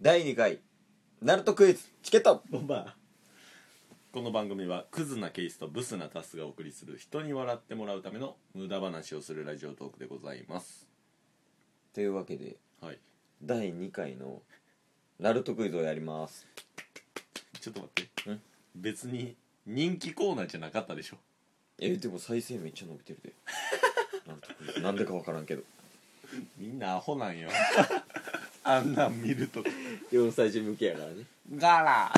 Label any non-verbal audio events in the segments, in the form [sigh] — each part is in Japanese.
第2回ナルトクイズチケットボンバこの番組はクズなケースとブスなタスがお送りする人に笑ってもらうための無駄話をするラジオトークでございますというわけではい第2回のナルトクイズをやりますちょっと待ってん別に人気コーナーじゃなかったでしょえでも再生めっちゃ伸びて [laughs] るでナルトクイズなんでかわからんけどみんなアホなん [laughs] よあんなん見ると4歳児向けやからねガラ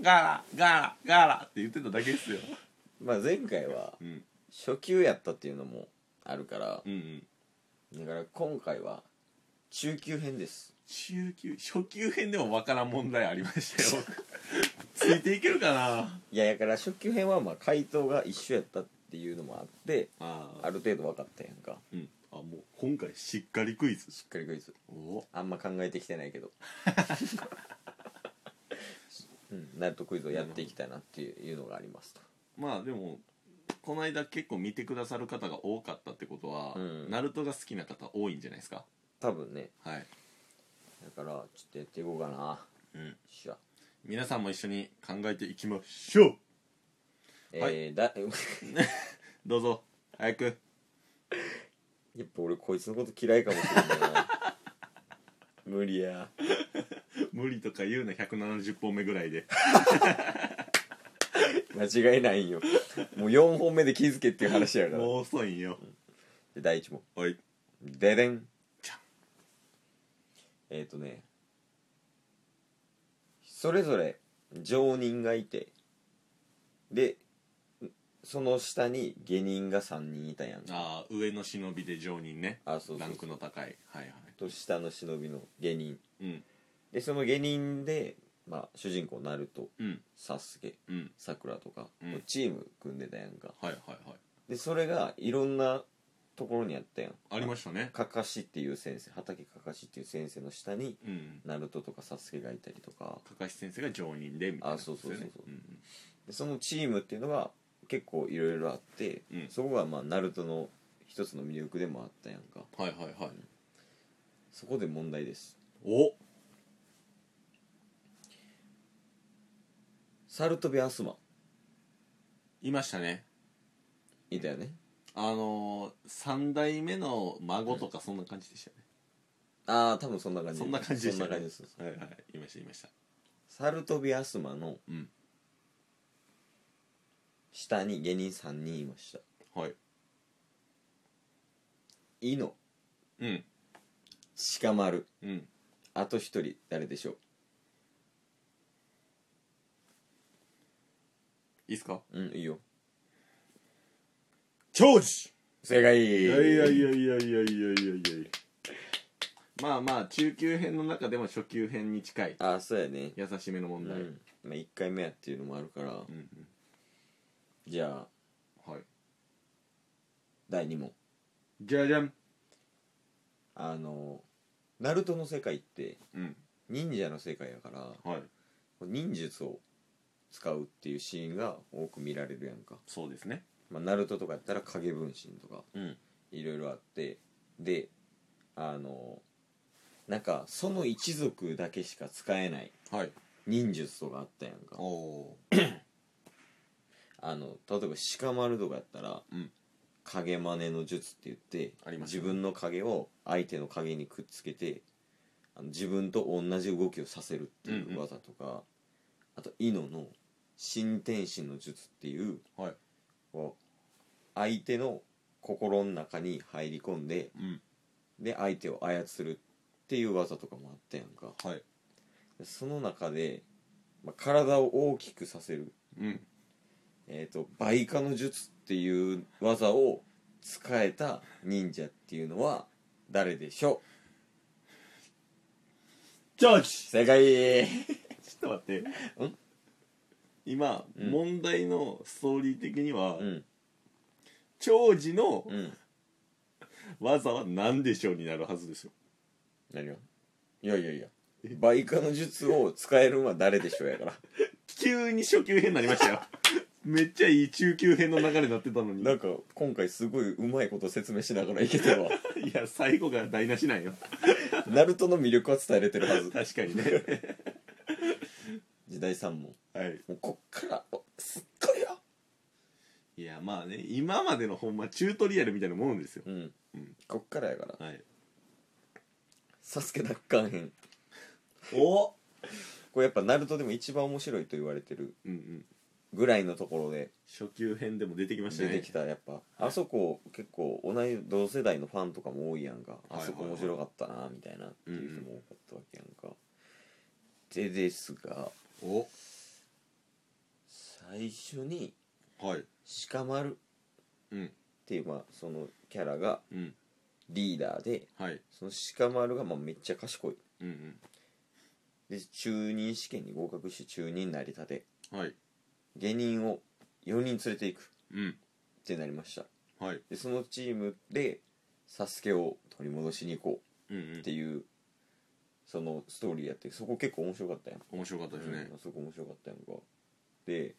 ガラガラガラって言ってただけですよ、まあ前回はうん、初級やったっていうのもあるからうんうだんから今回は中級編です中級初級編でもわからん問題ありました [laughs] よついていけるかないやだから初級編はまあ回答が一緒やったっていうのもあってあある程度分かったやんかうん、あもう今回しっかりクイズしっかりクイズおあんま考えてきてないけどうんナルトクイズをやっていきたいなっていうのがありますとまあでもこの間結構見てくださる方が多かったってことは、うんナルトが好きな方多いんじゃないですか多分ねはい、だからちょっとやっていこうかなうん、しゃ皆さんも一緒に考えていきましょうえーはだ [laughs] どうぞ早くやっぱ俺こいつのこと嫌いかもしれないな無理や無理とか言うな170本目ぐらいで間違いないんよもう4本目で気づけっていう話やからもう遅いんよで第1問おいででんじゃんえっ、ー、とねそれぞれ上人がいてでその下に下人が3人いたやんかあー上の忍びで上人ねあそうそうそうランクの高いはいはいと下の忍びの下人うんでその下人で、まあ、主人公ナルトうんサスケうんさくらとか、うんチーム組んでたやんかはいはいはいでそれがいろんなところにあったやんありましたねかかしっていう先生畑かかしっていう先生の下にうんナルトとかサスケがいたりとかかかし先生が上人でみたいなあそうそうそうそうことですよねんでそのチームっていうのが結構いろいろあって、うんそこがまあナルトの一つの魅力でもあったやんかうんはいはいはいそこで問題ですおサルトベアスマいましたねいたよねあのー、3代目の孫とかそんな感じでしたよね、ああ多分そんな感じそんな感じでそしたんなね感じですはいはいいましたいましたサルトベアスマのうん下に芸人3人いましたはいイノうん鹿丸うんあと一人誰でしょういいっすかうんいいよ長寿正解いやいやいやいやいやいやいやいやまあまあ中級編の中でも初級編に近いああそうやね優しめの問題、うんまあ、1回目やっていうのもあるから、うんじゃあうん、はい第2問じゃじゃんあのナルトの世界ってうん忍者の世界やからはい忍術を使うっていうシーンが多く見られるやんか、そうですねまあ、ナルトとかやったら影分身とかうんいろいろあってであのなんかその一族だけしか使えないはい忍術とかあったやんかおおあの例えば鹿丸とかやったら、うん影真似の術って言ってありました自ね分の影を相手の影にくっつけてあの自分と同じ動きをさせるってうんいううん技とか、あとイノの新天心の術っていうはいこう相手の心の中に入り込んでうんで相手を操るっていう技とかもあったやんかはいでその中で、まあ、体を大きくさせるうんえー、と倍化の術っていう技を使えた忍者っていうのは誰でしょジョージう正解ちょっと待って今、問題のストーリー的には、うん長寿のうん技は何でしょうになるはずですよ何がいやいやいや倍化の術を使えるのは誰でしょうやから急に初級編になりましたよ [laughs] めっちゃいい中級編の流れになってた [laughs] のになんか今回すごいうまいこと説明しながらいけた [laughs] わいや最後が台無しなんよナルトの魅力は伝えれてるはず確かにね [laughs] 時代さんもはいもうこっからおすっごいよいやまあね今までのほんまチュートリアルみたいなもんですようん、うんこっからやからはいサスケ奪還編おこれやっぱナルトでも一番面白いと言われてるうんうんぐらいのところで初級編でも出てきました出ねてきたやっぱ、あそこ結構同い同世代のファンとかも多いやんか、いはいはいあそこ面白かったなみたいなっていう人も多かったわけやんか、でですがお最初にはい鹿丸っうんていうまあそのキャラがうんリーダーではいその鹿丸がまあめっちゃ賢いうんで中任試験に合格して中任なりたてうんはい下任を4人連れていくっうんてなりましたはいでそのチームでサスケを取り戻しに行こうんううっんていうそのストーリーやってそこ結構面白かったやん面白かったですねうん、あそこ面白かったやんかで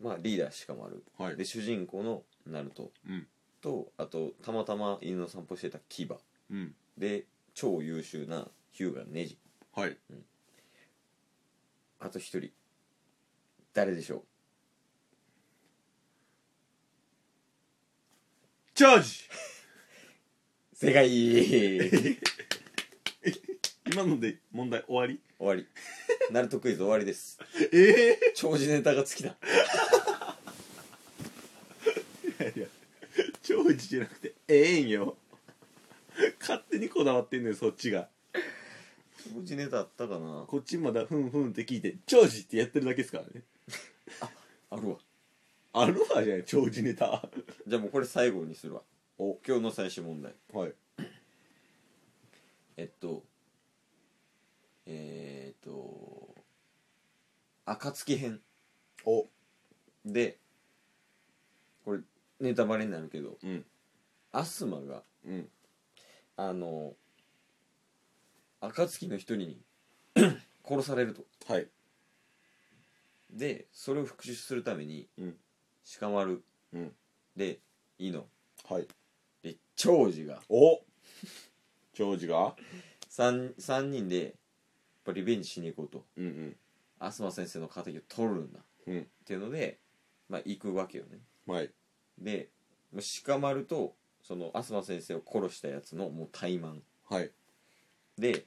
まあリーダーしかもあるはいで主人公のナルトうんとあとたまたま犬の散歩してたキバうんで超優秀なヒューガネジはいあと一人誰でしょうチャージ正 [laughs] 解終今ので問題終わりわりナルトクイズ終わりですええ長寿ネタが尽きたいやいや長寿じゃなくてええんよ勝手にこだわってんねんそっちが長寿ネタあったかなこっちまだふんふんって聞いて長寿ってやってるだけですからねあるわアルファじゃない長寿ネタじゃあもうこれ最後にするわお今日の最終問題はいえっとえー、っと暁編おでこれネタバレになるけどうんアスマがうんあの暁の一人 [coughs] に殺されるとはいでそれを復讐するためにうん鹿丸うんでイノはいで長次がお長寿が 3, 三人でやっぱリベンジしに行こうとうんうん東先生の敵を取るんだっうんていうので、まあ、行くわけよねはいでまあ鹿丸とその東先生を殺したやつのもう怠慢はいで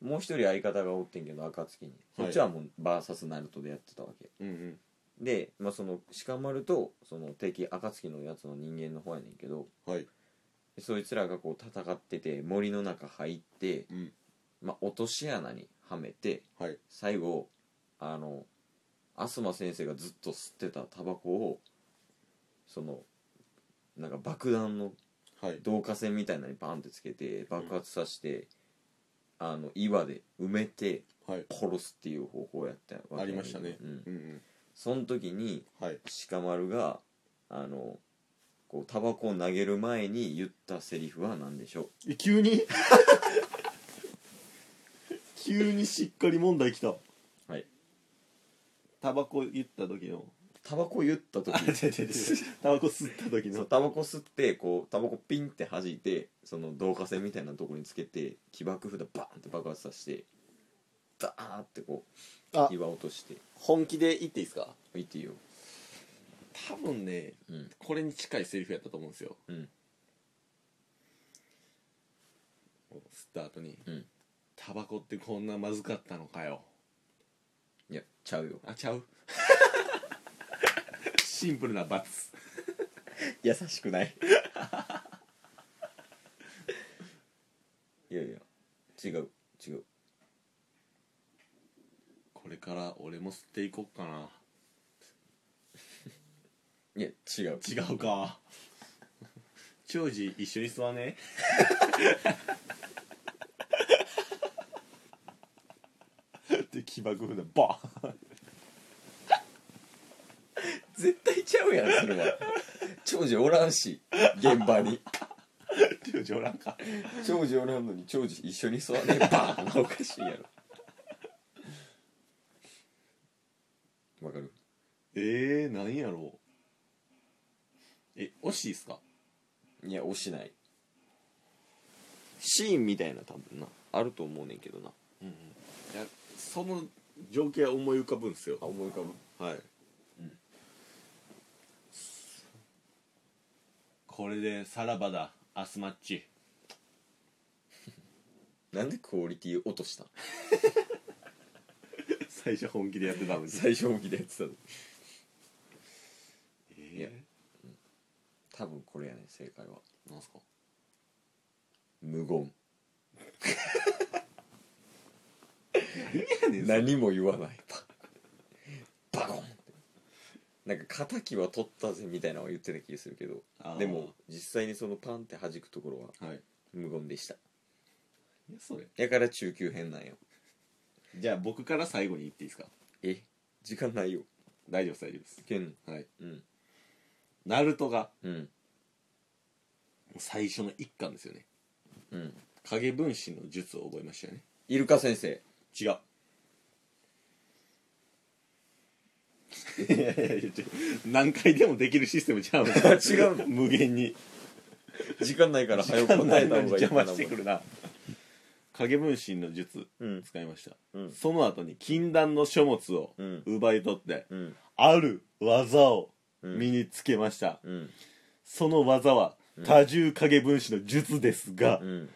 もう一人相方がおってんけど暁にそっちはもう VS ナルトでやってたわけうんうんで、まあ、その鹿丸とその敵暁のやつの人間の方やねんけどはいでそいつらがこう戦ってて森の中入って、うんまあ、落とし穴にはめてはい最後あの東先生がずっと吸ってたタバコをそのなんか爆弾のはい導火線みたいなのにバンってつけて爆発させて、あの岩で埋めてはい殺すっていう方法をやったわありましたねうん、うんうんその時にはい鹿丸があのこうタバコを投げる前に言ったセリフは何でしょうえ急に [laughs] 急にしっかり問題きたはいタバコ言った時のタバコ言った時あ違う違う違うタバコ吸った時そうのタバコ吸ってこうタバコピンって弾いてその導火線みたいなところにつけて起爆札バーンって爆発させてダーってこうあ火は落として本気で言っていいですかいっていいよ多分ねうんこれに近いセリフやったと思うんですようん吸った後にうんタバコってこんなまずかったのかよいやちゃうよあちゃうシンプルな罰優しくないいやいや違う違うこれから俺も吸っていこっかないや違う違うか長寿一緒に吸わねで起爆風でバーン絶対ちゃうやんそれは長寿おらんし現場に長寿おらんか長寿おらんのに長寿一緒に座ね [laughs] バーンおかしいやろわかるえー、何やろうえ惜しいっすかいや押しないシーンみたいな多分なあると思うねんけどなうん、いやその情景は思い浮かぶんですよ思い浮かぶはい、これでさらばだアスマッチなんでクオリティ落としたん [laughs] 最初本気でやってたのに最初向きでやってたのいやえ多分これやね正解はー、なんすか無言何やねん何も言わないババコンってなんか敵は取ったぜみたいなのは言ってた気がするけどあーでも実際にそのパンって弾くところははい無言でしたいやそれだから中級編なんよじゃあ僕から最後に言っていいですかえ時間ないよ大丈夫です大丈夫ですいけんはいうんナルトがうん最初の一巻ですよねうん影分身の術を覚えましたよねイルカ先生違う [laughs] いやいやいやちょ何回でもできるシステムちゃ [laughs] う違うの無限に [laughs] 時間ないから早く答答ええた方のにがいい邪かな魔してくるな影分身の術うん使いました、うんその後に禁断の書物をうん奪い取って、うんある技をうん身につけました、うんその技は多重影分身の術ですが、うん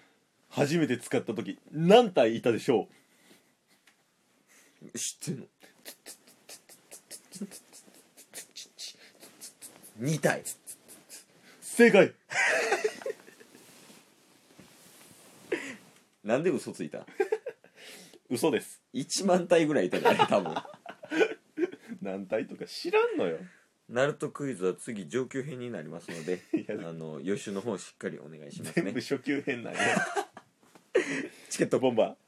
初めて使った時何体いたでしょ知ってんの2体う正解なんで嘘ついた嘘です1万体ぐらいいた [laughs] からね多分何体とか知らんのよナルトクイズは次上級編になりますの [laughs] でやあの予習の方しっかりお願いします全ね部初級編なんやチケット [laughs] ボンバー